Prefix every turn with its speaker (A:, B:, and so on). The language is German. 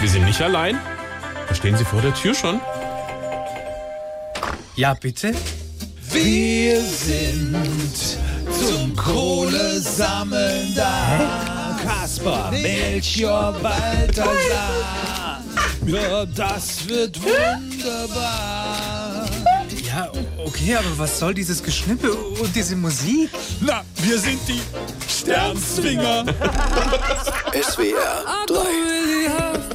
A: Wir sind nicht allein. Da stehen sie vor der Tür schon.
B: Ja, bitte?
C: Wir sind zum Kohlesammeln da. Kasper, Melchior, Balthasar. Ja, das wird wunderbar.
B: Ja, o- okay, aber was soll dieses Geschnippe und diese Musik?
C: Na, wir sind die Sternzwinger.
D: SWR 3.
E: really have